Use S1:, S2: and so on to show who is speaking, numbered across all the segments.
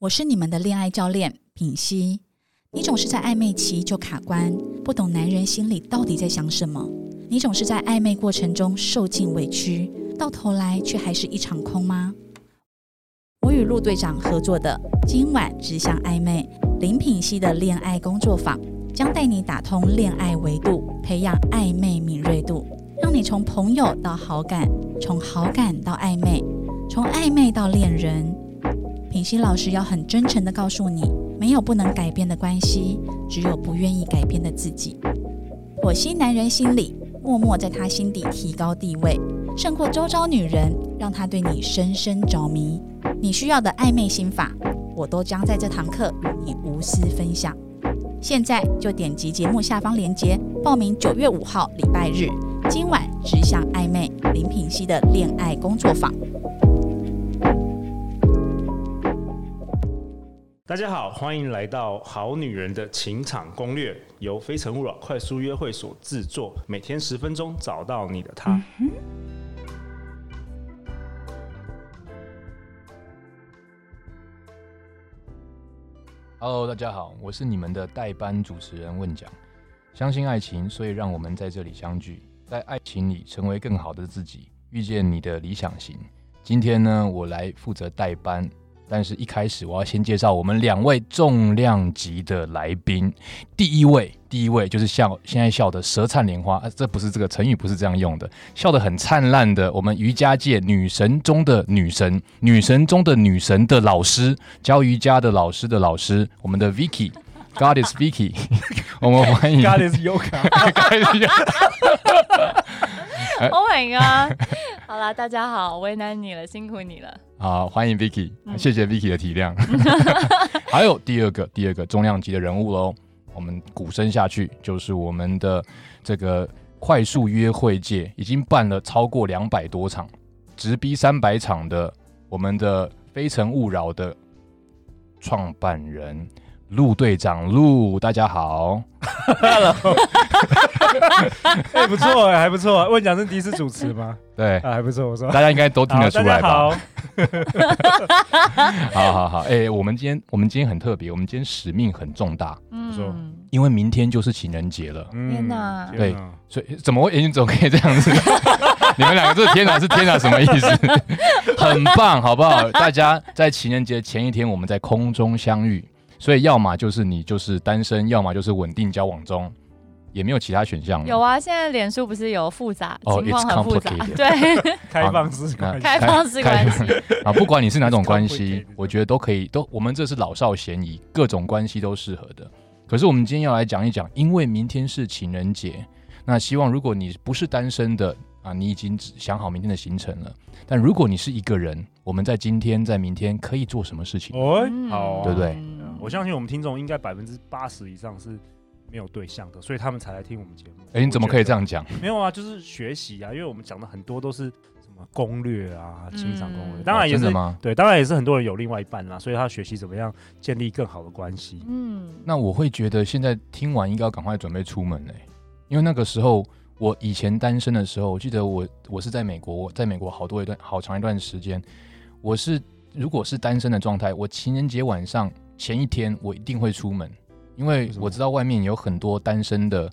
S1: 我是你们的恋爱教练品熙。你总是在暧昧期就卡关，不懂男人心里到底在想什么。你总是在暧昧过程中受尽委屈，到头来却还是一场空吗？我与陆队长合作的《今晚只想暧昧》林品熙的恋爱工作坊，将带你打通恋爱维度，培养暧昧敏锐度，让你从朋友到好感，从好感到暧昧，从暧昧到恋人。品熙老师要很真诚的告诉你，没有不能改变的关系，只有不愿意改变的自己。剖析男人心理，默默在他心底提高地位，胜过周遭女人，让他对你深深着迷。你需要的暧昧心法，我都将在这堂课与你无私分享。现在就点击节目下方链接报名九月五号礼拜日，今晚只想暧昧林品熙的恋爱工作坊。
S2: 大家好，欢迎来到《好女人的情场攻略》，由非诚勿扰快速约会所制作，每天十分钟，找到你的他。
S3: 嗯 Hello，大家好，我是你们的代班主持人问讲。相信爱情，所以让我们在这里相聚，在爱情里成为更好的自己，遇见你的理想型。今天呢，我来负责代班，但是一开始我要先介绍我们两位重量级的来宾。第一位，第一位就是笑，现在笑的舌灿莲花，啊，这不是这个成语，不是这样用的，笑得很灿烂的，我们瑜伽界女神中的女神，女神中的女神的老师，教瑜伽的老师的老师，我们的 Vicky。Goddess Vicky，我 们欢迎
S2: Goddess Yoga，
S4: Oh my god！好啦，大家好，为难你了，辛苦你了。
S3: 好，欢迎 Vicky，、谢谢 Vicky 的体谅。 还有第二个，第二个重量级的人物喽，我们鼓声下去，就是我们的这个快速约会界已经办了超过两百多场，直逼三百场的我们的《非诚勿扰》的创办人陆队长陆，大家好。
S5: 哎、不错、哎，还不错。问讲是第一次主持 吗？
S3: 对，
S5: 啊，还不错。我 说，
S3: 大家应该都听得
S5: 好，
S3: 出
S5: 大家
S3: 来吧？
S5: 好。
S3: 好好好，哎、我们今天我们今天很特别，我们今天使命很重大，
S5: 错
S4: 嗯，
S3: 因为明天就是情人节了。
S4: 天哪
S2: 嗯
S5: 天
S3: 对所以怎么会？哎、你怎么可以这样子？ 你们两个这天哪是天哪什么意思？ 很棒，好不好？大家在情人节前一天，我们在空中相遇，所以要么就是你就是单身，要么就是稳定交往中，也没有其他选项
S5: 嗯
S3: 了。
S4: 有啊，现在脸书不是有复杂
S3: 哦
S4: 情况
S3: it's
S4: 很复杂，
S3: complicated
S4: 对，
S5: 开放式
S3: 那
S5: 关
S2: 哎
S5: 系，
S4: 开放式关系，
S3: 啊，不管你是哪种关 系
S5: Complicated，
S3: 我觉得都可以，都我们这是老少咸宜，各种关系都适合的。可是我们今天要来讲一讲，因为明天是情人节，那希望如果你不是单身的啊，你已经想好明天的行程了。但如果你是一个人，我们在今天在明天可以做什么事情？
S5: 哦，
S4: 嗯
S5: 好啊
S3: 对不对
S4: 嗯
S2: 我相信我们听众应该百分之八十以上是没有对象的，所以他们才来听我们节目。
S3: 哎、你怎么可以这
S2: 我
S3: 样讲？
S2: 觉得？没有啊，就是学习啊，因为我们讲的很多都是什么攻略啊，
S4: 嗯
S2: 情场攻略，当然
S3: 哦
S2: 也
S3: 真的
S2: 是。
S3: 吗？
S2: 对，当然也是很多人有另外一半啦，所以他学习怎么样建立更好的关系。
S4: 嗯，
S3: 那我会觉得现在听完应该要赶快准备出门嘞、欸因为那个时候我以前单身的时候，我记得我我是在美国，我在美国好多一段好长一段时间，我是如果是单身的状态，我情人节晚上前一天我一定会出门，因为我知道外面有很多单身的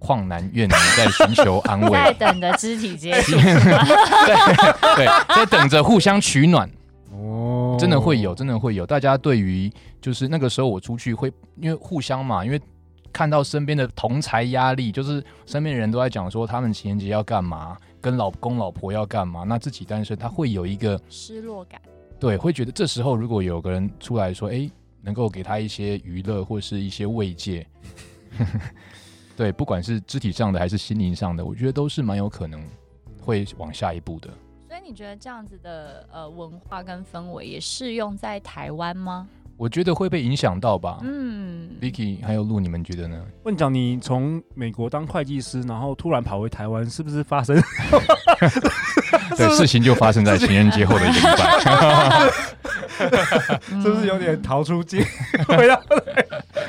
S3: 旷男怨女在寻求安慰，啊
S4: 在等的肢体接 触，
S3: 对 对，在等着互相取暖。
S5: 哦
S3: 真的会有，，真的会有。大家对于就是那个时候我出去会，因为互相嘛，因为看到身边的同财压力，就是身边的人都在讲说他们情人节要干嘛，跟老公老婆要干嘛，那自己单身，他会有一个
S4: 失落感，
S3: 对，会觉得这时候如果有个人出来说，哎，能够给他一些娱乐或是一些慰藉， 对，不管是肢体上的还是心灵上的，我觉得都是蛮有可能会往下一步的。
S4: 所以你觉得这样子的呃文化跟氛围也适用在台湾吗？
S3: 我觉得会被影响到
S5: 哦
S3: 吧。
S4: 嗯，
S3: Vicky 还有路，你们觉得呢？
S2: 问讲你从美国当会计师，然后突然跑回台湾，是不是发生？
S3: 对，事情就发生在情人节后的 一个礼拜。
S4: 嗯
S5: 是不是有点逃出 境回到来？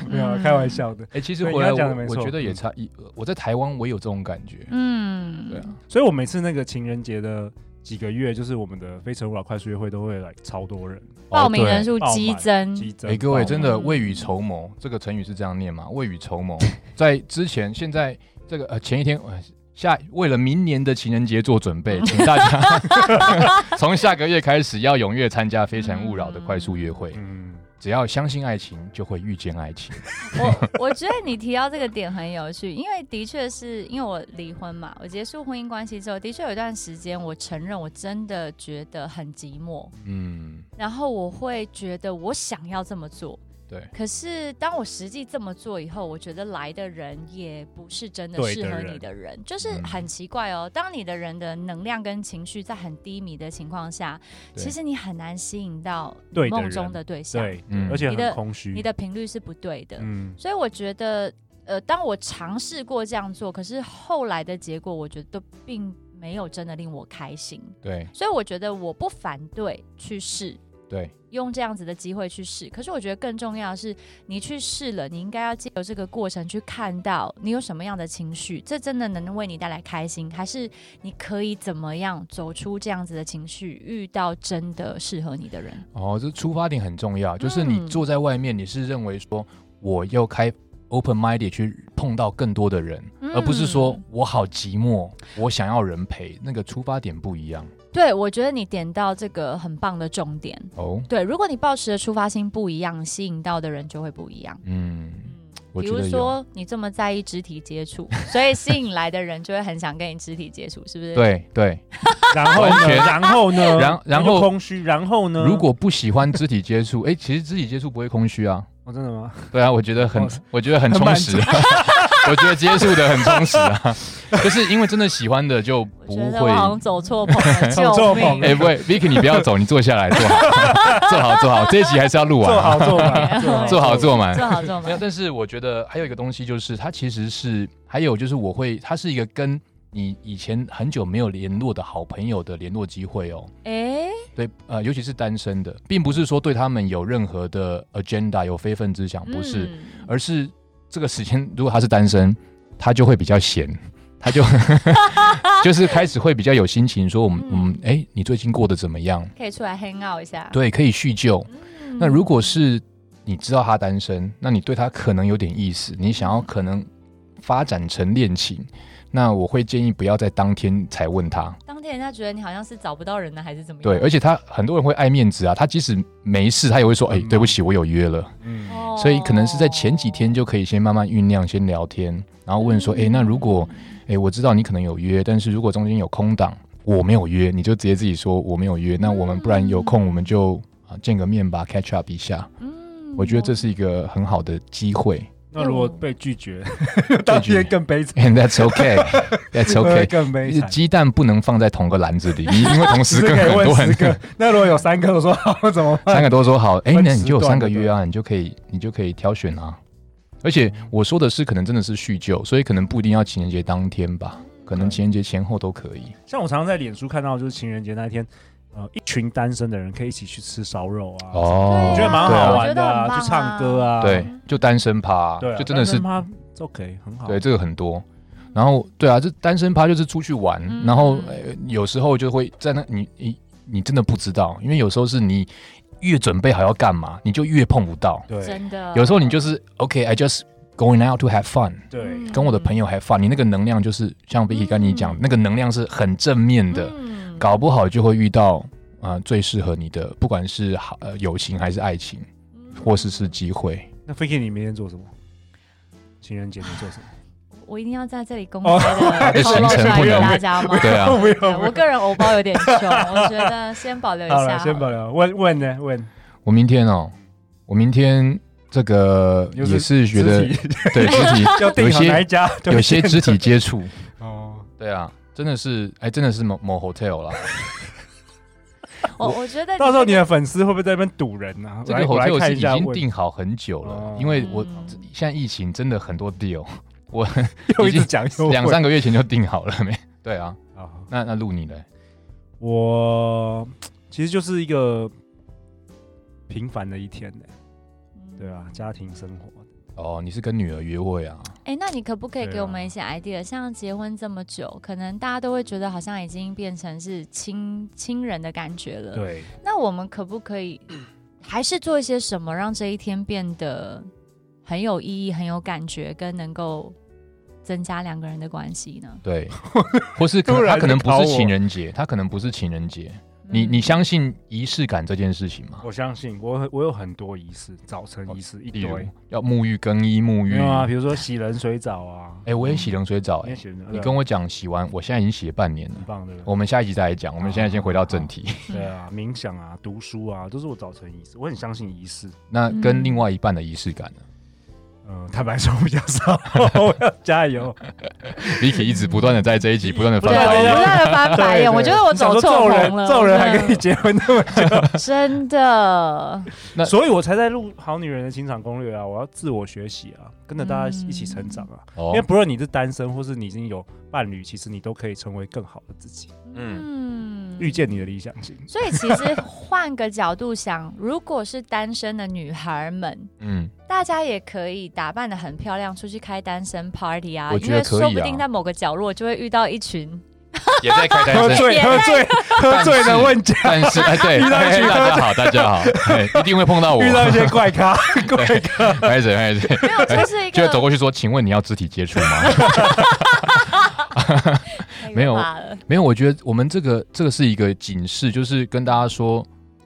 S5: 没有 啊，开玩笑的。
S3: 哎，其实
S5: 对
S3: 回来
S5: 你要讲的
S3: 我
S5: 没
S3: 我
S5: 错嗯
S3: 觉得也呃差一，我在台湾我有这种感觉。
S4: 嗯，
S3: 对啊，
S2: 所以我每次那个情人节的
S5: 几个月，就是我们的非诚勿扰快速约会都会来超多人
S4: 报名人
S3: 数。
S4: 数
S5: 爆
S4: 激
S5: 满
S4: 增，
S5: 激增。
S3: 哦哎、各位，
S5: 爆
S3: 真的
S4: 嗯
S3: 未雨绸缪，这个成语是这样念吗？未雨绸缪，在之前，现在这个呃前一天，呃、下为了明年的情人节做准备，请大家 从下个月开始要踊跃参加《非诚勿扰》的快速约会。
S5: 嗯，
S3: 只要相信爱情，就会遇见爱情。
S4: 我 我觉得你提到这个点很有趣，因为的确是因为我离婚嘛，我结束婚姻关系之后，的确有一段时间，我承认我真的觉得很寂寞，
S3: 嗯，
S4: 然后我会觉得我想要这么做。
S3: 对
S4: 可是当我实际这么做以后，我觉得来的人也不是真的
S5: 对的
S4: 适合
S5: 人
S4: 你的人，就是
S3: 嗯
S4: 很奇怪哦。当你的人的能量跟情绪在很低迷的情况下，
S3: 对
S4: 其实你很难吸引到
S5: 对的
S4: 梦
S5: 人
S4: 中的对象，
S5: 对，
S3: 嗯
S5: 而且
S4: 你的
S5: 很空虚。
S4: 你的频率是不对的。
S5: 嗯，
S4: 所以我觉得，呃，当我尝试过这样做，可是后来的结果，我觉得并没有真的令我开心。
S3: 对
S4: 所以我觉得我不反对去试，
S3: 对，
S4: 用这样子的机会去试。可是我觉得更重要的是，你去试了，你应该要借由这个过程去看到你有什么样的情绪，这真的能为你带来开心，还是你可以怎么样走出这样子的情绪，遇到真的适合你的人。
S3: 哦，这出发点很重要，就是你
S4: 嗯
S3: 坐在外面，你是认为说我要开 open minded 去碰到更多的人，而不是说
S4: 嗯
S3: 我好寂寞，我想要人陪，那个出发点不一样
S4: 对，我觉得你点到这个很棒的重点。
S3: 哦。
S4: 对，如果你抱持的出发心不一样，吸引到的人就会不一样。
S3: 嗯，我
S4: 比
S3: 觉
S4: 如
S3: 得有
S4: 说，你这么在意肢体接触，所以吸引来的人就会很想跟你肢体接触，是不是？，
S3: 对对，
S5: 然后
S3: 完
S5: 呢？
S3: 全
S5: 然后呢？
S3: 然然后
S5: 那就空虚，然后呢？
S3: 如果不喜欢肢体接触，哎，其实肢体接触不会空虚啊。
S5: 哦，真的吗？
S3: 对啊，我觉得很
S5: 哦，
S3: 我觉得很
S5: 很
S3: 充
S5: 满
S3: 实啊， 我觉得接触的很充实啊，就是因为真的喜欢的就
S4: 我
S3: 不
S4: 觉得我好像
S3: 会。
S4: 走错棚 了，
S5: 走错
S4: 救
S5: 棚
S4: 命！
S5: 了
S3: 哎，不会，Vicky，你不要走，你坐下来，坐好， 坐好，坐好，这一集还是要录完
S5: 做
S3: 啊，
S5: 好做 满，
S3: 坐好坐满。
S4: 做好做
S3: 没有，
S4: 满，
S3: 但是我觉得还有一个东西就是，它其实是还有就是我会，它是一个跟你以前很久没有联络的好朋友的联络机会哦。
S4: 哎，
S3: 对，呃，尤其是单身的，并不是说对他们有任何的 agenda 有非分之想，不是，
S4: 嗯，
S3: 而是这个时间如果他是单身，他就会比较闲。他就 就是开始会比较有心情，说我们我们
S4: 嗯
S3: 哎、你最近过得怎么样？
S4: 可以出来 hang out 一下。
S3: 对，可以叙旧。
S4: 嗯，
S3: 那如果是你知道他单身，那你对他可能有点意思，你想要可能发展成恋情，那我会建议不要在当天才问他。
S4: 当天人家觉得你好像是找不到人呢，还是怎么样？
S3: 对，而且他很多人会爱面子啊，他即使没事，他也会说：“哎、
S5: 嗯
S3: 对不起，我有约了。
S5: 嗯，
S4: 哦
S3: 所以可能是在前几天就可以先慢慢酝酿，先聊天，然后问
S4: 嗯
S3: 说：“哎、那如果哎、我知道你可能有约，但是如果中间有空档，我没有约，你就直接自己说我没有约。那我们不然有空我们就啊见个面吧，catch up 一下。”
S4: 嗯
S3: 我觉得这是一个很好的机会
S5: 那如果被拒绝，当天更悲惨，
S3: ，and that's okay, that's
S5: 会
S3: okay。
S5: 更悲惨。
S3: 鸡蛋不能放在同个篮 子里，你一定会同时
S5: 只 是
S3: 跟
S5: 可以
S3: 很多
S5: 问十
S3: 很多
S5: 个，那如果有三个，我说好怎么办？
S3: 三个都说好，哎，
S5: 分
S3: 那
S5: 时
S3: 你就有
S5: 段
S3: 三个
S5: 的
S3: 月啊，你就可以你就可以挑选啊。而且我说的是，可能真的是叙旧，所以可能不一定要情人节当天吧，可能情人节前后都可以。
S5: 像我常常在脸书看到，就是情人节那一天，呃，一群单身的人可以一起去吃烧肉啊，
S4: 对
S5: 我
S3: 哦
S5: 觉得蛮
S4: 对啊
S5: 好
S4: 我觉
S5: 玩
S4: 得
S5: 的
S4: 很
S5: 啊，
S4: 棒
S5: 去唱歌啊，
S3: 对，就单身趴，
S5: 对啊，
S3: 就真的是
S5: 妈 OK 很
S4: 哦
S5: 好，
S3: 对，这个很多。然后对啊，这单身趴就是出去玩，
S4: 嗯
S3: 然后、呃、有时候就会在那你你你真的不知道，因为有时候是你越准备好要干嘛，你就越碰不到。
S5: 对
S4: 真的，
S3: 有时候你就是 OK，I、just going out to have fun，
S4: 嗯
S5: 对，
S3: 跟我的朋
S4: 友
S3: 友 have fun，你那个能量就是像 Vicky 跟你讲，那个能量是很正面的，
S4: 嗯
S3: 搞不好就会遇到啊、呃最适合你的，不管是好呃友情还是爱情，或是是机会。
S5: 那 Fiki 你明天做什么？情人节你做什么？
S4: 我一定要在这里公
S5: 哦
S4: 开的 透露出来给大家吗？
S3: 对啊，
S5: 没有
S4: 对我个人偶包有点重，我觉得先保留一下
S5: 好
S4: 好了。
S5: 了，先保留。问问呢？问
S3: 我明天哦，我明天这个
S5: 又是
S3: 也是觉得
S5: 肢体
S3: 对肢体
S5: 要定好哪一家？
S3: 有些肢体接触，
S5: 哦，
S3: 对啊，真的是哎，真的是某某 hotel 啦，
S4: 我我觉得
S5: 到时候你的粉丝会不会在那边堵人呢、啊？
S3: 这
S5: 我
S3: 个
S5: 来我来
S3: hotel
S5: 看
S3: 是
S5: 一
S3: 已
S5: 下
S3: 经
S5: 问，
S3: 订好很久了
S5: 哦，
S3: 因为我
S4: 嗯
S3: 现在疫情真的很多 deal，我
S5: 又一
S3: 已
S5: 直
S3: 经
S5: 讲又问
S3: 两三个月前就订好了没？对啊，
S5: 好
S3: 那那录你嘞，
S5: 我其实就是一个欸平凡的一天呢、对啊，家庭生活。
S3: 哦，你是跟女儿约会啊？
S4: 哎，那你可不可以
S5: 对
S4: 给我们
S5: 啊
S4: 一些 idea？、像结婚这么久，可能大家都会觉得好像已经变成是亲亲人的感觉了。
S5: 对，
S4: 那我们可不可以 还是做一些什么，让这一天变得很有意义、很有感觉，跟能够增加两个人的关系呢？嗯
S3: 对，或是可
S5: 突
S3: 能
S5: 然
S3: 他可能
S5: 就
S3: 不
S5: 考
S3: 是
S5: 我嗯
S3: 情人节，他可能不是情人节。你你相信仪式感这件事情吗？
S5: 我相信我我有很多仪式，早晨仪式一
S3: 哦例如
S5: 堆，
S3: 要沐浴更衣、沐浴
S5: 没有。啊，比如说洗冷水澡啊，
S3: 哎，我也洗冷水澡。
S5: 你也
S3: 哎，
S5: 洗冷水
S3: 你
S5: 澡
S3: 跟我嗯讲洗完，我现在已经洗了半年了
S5: 啊很。棒的，
S3: 我们下一集再来讲。我们现在先回到正题。
S5: 对啊，冥想啊，读书啊，都是我早晨仪式，我很相信仪式。
S3: 那
S4: 嗯
S3: 跟另外一半的仪式感呢
S5: 嗯，坦白说比较少， 我要加油。嗯
S3: ？Vicky 一直不断的在这一集不断的
S5: 不
S4: 对，啊
S3: 翻
S5: 断地翻
S3: 白眼
S4: 我。不断的翻白眼，
S5: 对
S4: 我觉得我
S5: 想
S4: 走
S5: 说
S4: 错
S5: 揍人
S4: 棚了，
S5: 揍人还
S4: 真的
S5: 可以结婚那么
S4: 真的，
S3: 那
S5: 所以我才在录《好女人的情场攻略》啊！我要自我学习啊，跟着大家一起成长啊！因
S3: 哦
S5: 为，不论你是单身，或是你已经有伴侣，其实你都可以成为更好的自己，
S3: 嗯，
S4: 嗯
S5: 遇见你的理想型。
S4: 所以其实换个角度想，如果是单身的女孩们，
S3: 嗯，
S4: 大家也可以打扮的很漂亮，出去开单身 party 啊，
S3: 我
S4: 因
S3: 觉得
S4: 为
S3: 可以
S4: 说不
S3: 啊
S4: 定在某个角落就会遇到一群
S3: 也在开单
S5: 喝
S3: 身。
S5: 醉，喝 醉，喝醉的问家，
S3: 但是哎，对，
S5: 嗯遇到一群
S3: 哎大家 好，大家好，哎一定会碰到我。
S5: 遇到一些怪咖，
S3: 开始 开始，
S4: 没有，就是 一
S3: 就
S4: 个
S3: 会走过去说：“请问你要肢体接 触吗
S4: 太可
S3: 没有
S4: 怕了？”
S3: 没有，我觉得我们这个这个是一个警示，就是跟大家说。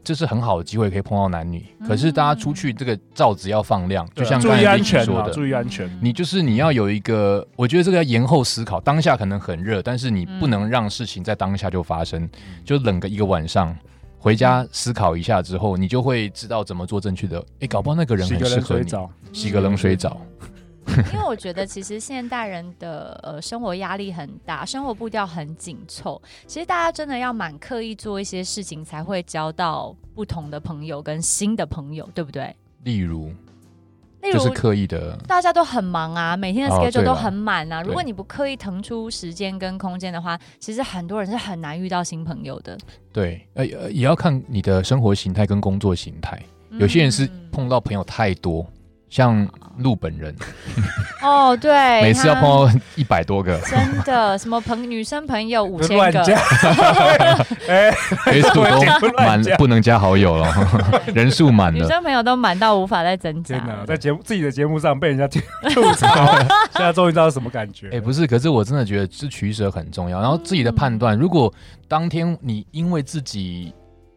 S3: 这是很好的机会，可以碰到男女。可是大家出去，这个罩子要放亮，就像
S5: 注
S3: 刚
S5: 意
S3: 才
S5: 安
S3: Vicky
S5: 全嗯
S3: 说
S5: 啊，
S3: 的，
S5: 注意安全。
S3: 你就是你要有一个，我觉得这个要延后思考，当下可能很热，但是你不能让事情在当下就发
S5: 嗯
S3: 生，就冷个一个晚上。回家思考一下之后，你就会知道怎么做正确的。诶，搞不好那个人
S5: 洗
S3: 很
S5: 个
S3: 适
S5: 冷
S3: 合
S5: 水
S3: 你，
S5: 澡，
S3: 洗个冷水澡。
S4: 因为我觉得其实现代人的呃生活压力很大，生活步调很紧凑，其实大家真的要蛮刻意做一些事情，才会交到不同的朋友跟新的朋友，对不对？
S3: 例如，
S4: 例
S3: 就是
S4: 如。
S3: 刻意的，
S4: 大家都很忙啊，每天的
S3: 哦
S4: schedule
S3: 对啦
S4: 都很满啊。如果
S3: 对
S4: 你不刻意腾出时间跟空间的话，其实很多人是很难遇到新朋友的。
S3: 对，呃，呃也要看你的生活形态跟工作形态。有些人是
S4: 嗯
S3: 碰到朋友太多，像陆本人，
S4: 哦，对，
S3: 每次要
S4: 他
S3: 碰到一百多 个
S4: 真的什么朋女生朋友五
S5: 不是
S4: 千
S5: 乱
S4: 个，
S5: 加。哎，
S3: ，Facebook 都满
S5: 乱讲
S3: 不能加好友了， 人数满
S4: 女
S3: 了。
S4: 生朋友都满到无法再增加
S5: 天哪，
S4: 了。
S5: 在节目自己的节目上被人家 吐槽， 现在终于知道是什么感觉
S3: 哎、。不是，可是我真的觉得是取舍很重要，然后自己的判
S5: 嗯
S3: 断。如果当天你因为自己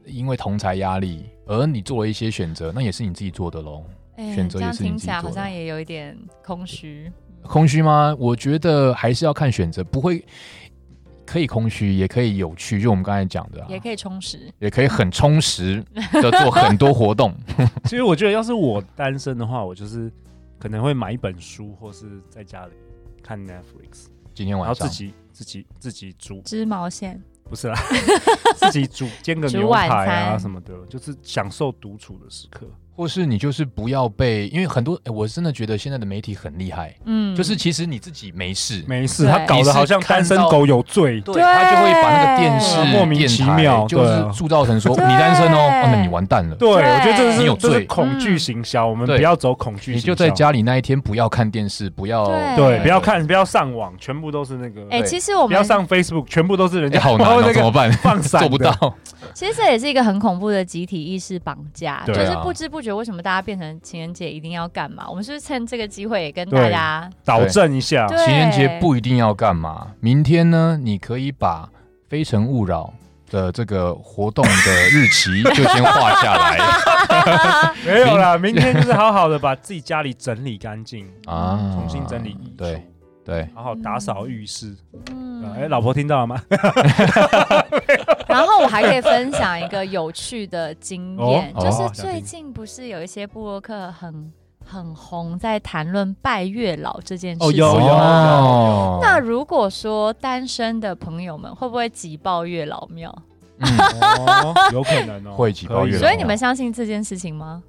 S3: 因为同财压力而你做了一些选择，那也是你自己做的喽。
S4: 哎
S3: 选择
S4: 这
S3: 也
S4: 样
S3: 是你
S4: 听
S3: 自己
S4: 起来好
S3: 做的
S4: 像也有一点空虚。
S3: 空虚吗？我觉得还是要看选择，不会可以空虚，也可以有趣，就我们刚才讲的、啊，
S4: 也可以充实，
S3: 也可以很充实的做很多活动。
S5: 其实我觉得，要是我单身的话，我就是可能会买一本书，或是在家里看 Netflix，
S3: 今天
S5: 然
S3: 晚
S5: 后自
S3: 上
S5: 己自己自己煮，
S4: 织毛线。
S5: 不是啦， 自己煮煎个
S4: 煮
S5: 牛
S4: 晚
S5: 排啊
S4: 餐
S5: 什么的，就是享受独处的时刻。
S3: 或是你就是不要被，因为很多、哎我真的觉得现在的媒体很厉害，
S4: 嗯
S3: 就是其实你自己没事，
S5: 没事，他
S4: 对
S5: 搞得好像单身狗有罪，
S3: 对，他就会把那个电
S4: 对
S3: 视
S5: 莫名其妙
S3: 电台
S5: 对
S3: 就
S5: 啊
S3: 是塑造成说你
S4: 对
S3: 单身哦，哦那你完蛋了。
S5: 对我觉得这
S3: 你有
S5: 是这
S3: 罪嗯
S5: 是恐惧行销，我们
S3: 对
S5: 不要走恐惧
S3: 你
S5: 行销，
S3: 就在家里那一天不要看电视，不要
S4: 对
S5: 对，不要看，不要上网，全部都是那个，
S4: 哎，
S3: 对
S4: 其实我
S5: 不要
S4: 们
S5: 上 Facebook，全部都是人
S3: 哎
S5: 家
S3: 好难
S5: 然后
S3: 哦，
S5: 那
S3: 怎么
S5: 个
S3: 办？
S5: 放 散
S3: 做不
S5: 的
S3: 到，
S4: 其实这也是一个很恐怖的集体意识绑架，就
S5: 对
S4: 是
S3: 啊
S4: 不知不觉为什么大家变成情人节一定要干嘛？我们是不是趁这个机会也跟大
S5: 对
S4: 家
S5: 导正一下，
S4: 对
S3: 情人节不一定要干嘛，明天呢，你可以把《非诚勿扰》的这个活动的日期就先画下 来
S5: 没有啦，明 天就是好好的把自己家里整理干净，
S3: 啊，
S5: 重新整理衣
S3: 对
S5: 橱，
S3: 对，
S5: 好好打扫浴室。
S4: 嗯
S5: 哎，老婆听到了 吗？
S4: 然后我还可以分享一个有趣的 经验，
S5: 哦
S4: 就是
S5: 哦想
S4: 最
S5: 听
S4: 近不是有一些布洛克很很红，在谈论拜月老这件事情。
S5: 哦有有
S3: 哦
S4: 那如果说单身的朋友们会不会挤爆月老庙？
S3: 嗯
S5: 哦，有可能哦，
S3: 会挤爆月老
S4: 所以你们相信这件事情吗？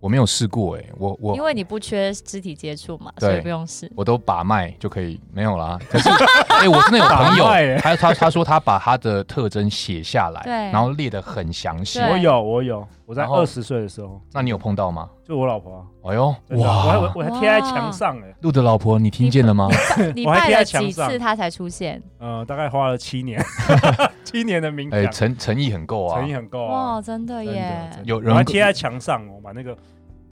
S3: 我没有试过哎，我 我
S4: 因为你不缺肢体接触嘛，
S3: 对
S4: 所以不 用试。
S3: 我都把脉就可以，没 有啦。可是，哎、我真的有朋友
S5: 把脉欸，
S3: 他他他说他把他的特征写下来，
S4: 对
S3: 然后列得很详细
S4: 对。
S5: 我有我有，我在
S3: 然后
S5: 二十岁的时候，
S3: 那你有碰到吗？
S5: 就我老婆啊，
S3: 哎呦，
S5: 真的啊我还我
S3: 哇！
S5: 我还贴在墙上哎，
S3: 鹿的老婆，你听见了吗？
S4: 你
S5: 我还
S4: 拜
S5: 贴在
S4: 了
S5: 墙
S4: 几
S5: 上
S4: 次他才出现？
S5: 呃，大概花了七 年，七年的冥
S3: 哎，
S5: 想，
S3: 诚诚意很够啊
S5: 诚意。很够啊
S4: 哇，，真的
S5: 真的
S4: 耶！
S5: 真的
S3: 有
S5: 我还
S3: 人
S5: 贴在墙上哦，我把那个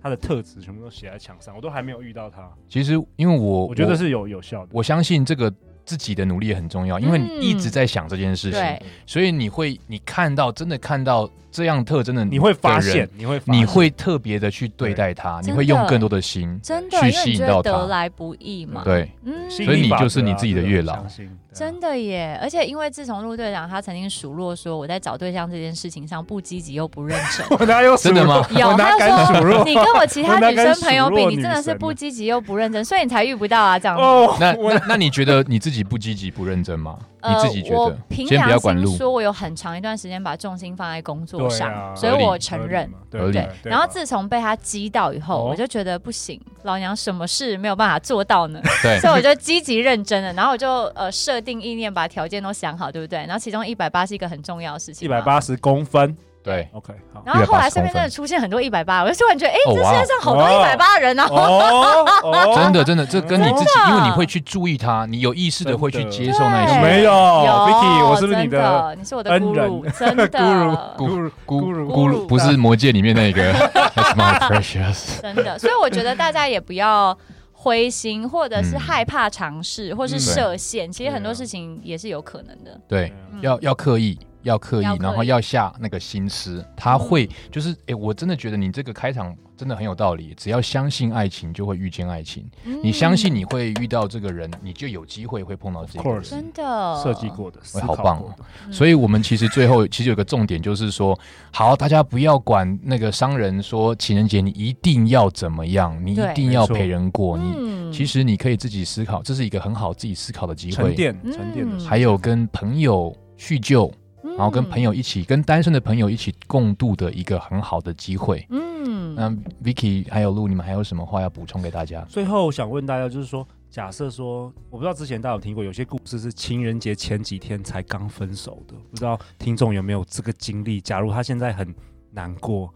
S5: 他的特质全部都写在墙上，我都还没有遇到他，
S3: 其实因为我
S5: 我觉得是有有效的。
S3: 我相信这个自己的努力也很重要，因为你
S4: 嗯
S3: 一直在想这件事情，
S4: 对，
S3: 所以你会你看到真的看到这样特征的，
S5: 你会发现，，你会发现
S3: 你会特别的去对待它，
S4: 对
S3: 你会
S4: 真的
S3: 用更多的心。
S4: 真
S3: 去
S4: 的，因为你
S3: 吸
S4: 觉
S3: 引到
S4: 得得
S3: 他
S4: 来不易嘛。
S3: 对，
S4: 嗯，
S5: 吸引
S3: 所以
S5: 力
S3: 你
S5: 法则啊
S3: 就是你自己的月老
S5: 这个我相信对啊，
S4: 真的耶！而且因为自从陆队长他曾经数落说我在找对象这件事情上不积极又不认真
S5: 我哪有
S3: 真的吗？
S4: 有
S5: 我哪
S4: 他
S5: 敢数
S4: 说
S5: 落
S4: 你跟我其他
S5: 我哪
S4: 女
S5: 敢
S4: 生朋友比，
S5: 数落
S4: 你
S5: 女
S4: 真的
S5: 神
S4: 是
S5: 呢
S4: 不积极又不认真，所以你才遇不到啊这样子。
S5: 哦，
S3: 那
S5: 我
S3: 那那你觉得你自己不积极不认真吗？你自己觉
S4: 呃我
S3: 得？
S4: 凭
S3: 先不要
S4: 良
S3: 管
S4: 心
S3: 路，
S4: 说，我有很长一段时间把重心放在工作
S5: 对
S4: 上，
S5: 啊
S4: 所以
S3: 合理
S4: 我承认。，
S5: 对
S3: 合理
S4: 对
S5: 对，，
S4: 然后自从被他击到以后，
S5: 哦
S4: 我就觉得不行，老娘什么事没有办法做 到呢？
S3: 对
S4: 所以我就积极认真的，然后我就呃设定意念，把条件都想好，对不对？然后其中一百八是一个很重要的事情，
S5: 一百。八十公分
S3: 对。
S5: ，OK，好。
S4: 然后后来身
S3: 180
S4: 边真的
S3: 公分
S4: 出现很多一百八，我就突然觉得，哎、
S3: 哦
S4: 这
S3: 哇
S4: 世界上好多一百八的人啊！
S5: 哦哦
S3: 真的，真的，这跟你自己
S4: 真，的
S3: 因为你会去注意它，你有意识的会去接受
S5: 有
S3: 那
S4: 真的
S3: 些
S5: 没有？Vicky，我是不是
S4: 真
S5: 你的？
S4: 你是我的
S5: 恩
S4: guru，真的
S3: 咕噜咕
S5: 咕噜
S3: 咕噜，不是魔界里面 那个 That's my precious。
S4: 真的。所以我觉得大家也不要灰心，或者是
S3: 嗯
S4: 害怕尝试，或是
S3: 嗯
S4: 设限。其实很多
S5: 对啊
S4: 事情也是有可能的。
S3: 对，
S4: 嗯
S3: 要要刻意，要刻意，
S4: 要刻意
S3: 然后要下那个心思，他会就是，哎、我真的觉得你这个开场真的很有道理。只要相信爱情，就会遇见爱情。
S4: 嗯
S3: 嗯你相信你会遇到这个人，你就有机会会碰到这
S5: Of
S3: 个人。
S5: course
S4: 真的
S5: 设计，过的，思
S3: 好
S5: 考
S3: 棒
S5: 过
S3: 哦
S5: 的，
S4: 嗯
S3: 所以，我们其实最后其实有个重点，就是说，好，大家不要管那个商人说情人节你一定要怎么样，你一
S4: 对
S3: 定要
S5: 没错
S3: 陪人过，你
S4: 嗯
S3: 其实你可以自己思考，这是一个很好自己思考的机
S5: 沉
S3: 会。
S5: 淀沉淀的
S4: 嗯
S5: 时
S3: 还有跟朋友叙旧，然后跟朋友一起，跟单身的朋友一起共度的一个很好的机会。
S4: 嗯，
S3: 那 Vicky 还有露，你们还有什么话要补充给大家？
S5: 最后想问大家，就是说，假设说，我不知道之前大家有听过，有些故事是情人节前几天才刚分手的，不知道听众有没有这个经历？假如他现在很难过，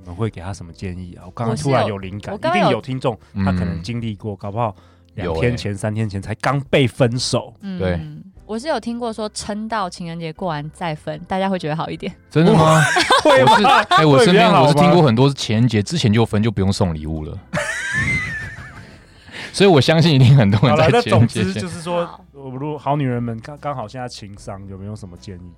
S5: 你们会给他什么建议啊？我刚刚
S4: 我是
S5: 突然
S4: 有
S5: 有灵感，
S4: 我
S5: 一
S4: 刚刚
S5: 定
S4: 有
S5: 有听众
S3: 嗯
S5: 他可能经历过，搞不好两
S3: 有欸
S5: 天前、三天前才刚被分手，
S4: 嗯
S3: 对。
S4: 我是有听过说撑到情人节过完再分，大家会觉得好一点。
S3: 真的 吗？
S5: 会
S3: 我是
S5: 吗？
S3: 哎、我身边
S5: 会比较好吗
S3: 我是听过很多是情人节之前就分，就不用送礼物了。 所以我相信一定很多
S5: 好
S3: 人
S5: 了，
S3: 在
S5: 那
S3: 情人
S5: 总
S3: 节
S5: 之
S3: 前
S5: 就，是说
S4: 好，
S5: 我如果好女人们刚刚好现在情商有没有什么建议？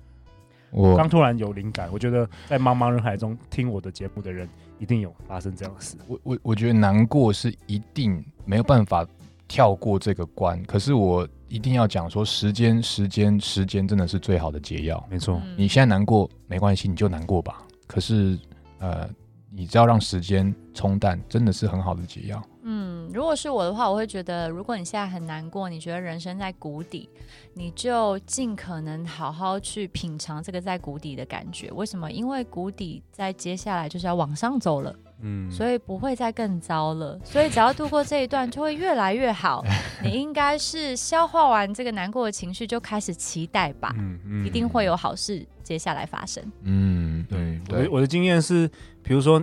S3: 我
S5: 刚突然有灵感，我觉得在茫茫人海中听我的节目的人，一定有发生这样的事。
S3: 我我我觉得难过是一定没有办法跳过这个关，可是我一定要讲说，时间时间时间真的是最好的解药。
S5: 没错，
S4: 嗯
S3: 你现在难过没关系，你就难过吧。可是，呃，你只要让时间冲淡，真的是很好的解药。
S4: 嗯，如果是我的话，我会觉得，如果你现在很难过，你觉得人生在谷底，你就尽可能好好去品尝这个在谷底的感觉。为什么？因为谷底在接下来就是要往上走了，
S5: 嗯，
S4: 所以不会再更糟了。所以只要度过这一段，就会越来 越好。你应该是消化完这个难过的情绪，就开始期待吧，
S5: 嗯嗯
S4: 啊一定会有好事接下来发生。
S3: 嗯，
S5: 对
S3: 嗯，
S5: 我的
S3: 对，
S5: 我的经验是，比如说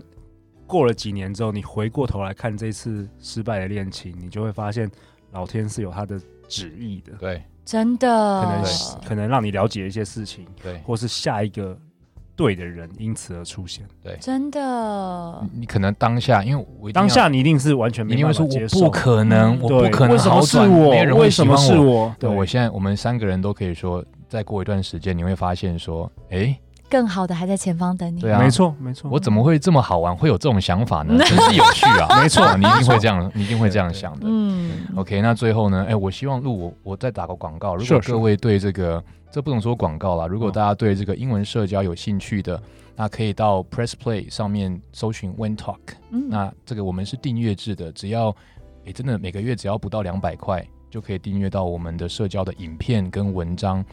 S5: 过了几年之后，你回过头来看这次失败的恋情，你就会发现老天是有他的旨意的，
S3: 对，
S4: 真的，
S5: 可能是可能让你了解一些事情，
S3: 对，
S5: 或是下一个对的人因此而出现。
S4: 真的
S3: 你，你可能当下，因为我一定要
S5: 啊当下你一定是完全
S3: 你
S5: 没
S3: 一定
S5: 办
S3: 会说，
S5: 法
S3: 我
S5: 接受
S3: 不，可能，
S4: 嗯
S3: 我
S5: 对
S3: 不可能
S5: 为什么
S3: 好
S5: 是
S3: 转，没有人
S5: 我？
S3: 会
S5: 为
S3: 喜
S5: 什么是
S3: 欢我。
S5: 我？
S3: 对，我现在我们三个人都可以说，再过一段时间，你会发现说，哎，
S4: 更好的还在前方等你。
S3: 对啊
S5: 没错没错，
S3: 我怎么会这么好玩，会有这种想法呢？真是有趣 啊！没错，你一定会这样，你一定会这样想的。
S4: 嗯，
S5: 哦
S3: OK，那最后呢？哎，我希望录我我再打个广告。如果
S5: 是嗯是
S3: 各位对这个这不能说广告啦，如果大家对这个英文社交有兴趣的，那可以到 Press Play 上面搜寻 When Talk。
S4: 嗯
S3: 那这个我们是订阅制的，只要哎真的每个月只要不到两百块，就可以订阅到我们的社交的影片跟文章。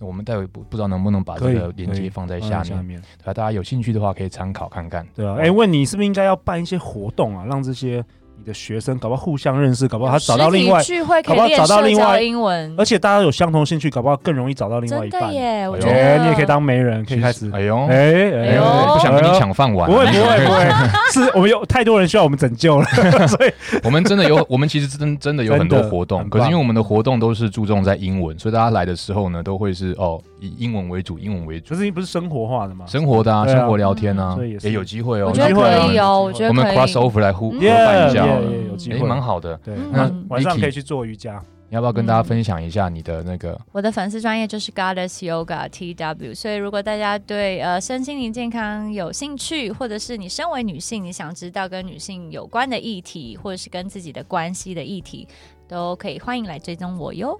S3: 我们待会不不知道能不能把这
S5: 可以
S3: 个链
S5: 可
S3: 接
S5: 以
S3: 放在
S5: 在
S3: 下面
S5: 下，面？
S3: 对啊，大家有兴趣的话可以参考看看。
S5: 对啊，哎，问你是不是应该要办一些活动啊，让这些你的学生，搞不好互相认识，搞不好他
S4: 实
S5: 找到另
S4: 体
S5: 外，
S4: 聚会可
S5: 搞不好
S4: 以练
S5: 找到
S4: 社
S5: 另
S4: 交
S5: 外
S4: 英文
S5: 而，且大家有相同兴趣，搞不好更容易找到另外
S4: 真
S5: 一
S4: 的
S5: 半。
S4: 耶，我
S3: 哎
S4: 觉
S3: 呦
S5: 哎，
S4: 得
S5: 你也可以当媒人，可以开始。
S3: 哎呦，
S5: 哎
S4: 哎
S5: 哎
S4: 呦
S5: 哎
S3: 不想跟你
S5: 哎呦
S3: 抢啊饭碗，
S5: 不会不会不 会，是我们有太多人需要我们拯救了，所以
S3: 我们真的有，我们其实真真的有很多活动，
S5: 真的很
S3: 可
S5: 棒
S3: 是因为我们的活动都是注重在英文，所以大家来的时候呢，都会是哦以英文为主，英文为主，
S5: 就是不是生活化的嘛。
S3: 生活的啊，
S5: 对啊
S3: 生活聊天啊
S5: 嗯所以也，是
S3: 也有机会哦，
S4: 我觉得
S5: 有机会啊
S4: 可以哦，我觉得
S3: 我们
S4: 可以
S3: cross over 来互合
S5: Yeah，
S3: 办一下好
S5: yeah，
S3: 了，
S5: yeah，有机
S3: 哎，
S5: 会
S3: 蛮好的。
S5: 对，
S4: 嗯
S5: 那
S4: 嗯
S5: 晚上
S3: Vicky
S5: 可以去做瑜伽。
S3: 你要不要跟大家分享一下你的那个？
S4: 我的粉丝专业就是 Goddess Yoga TW，所以如果大家对呃身心灵健康有兴趣，或者是你身为女性，你想知道跟女性有关的议题，或者是跟自己的关系的议题，都可以欢迎来追踪我哟。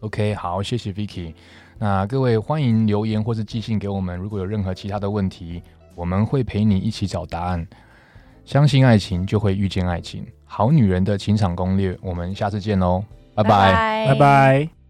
S3: OK，好，谢谢 Vicky。那各位欢迎留言或是寄信给我们，如果有任何其他的问题，我们会陪你一起找答案。相信爱情，就会遇见爱情。好女人的情场攻略，我们下次见喽，拜拜
S5: 拜拜。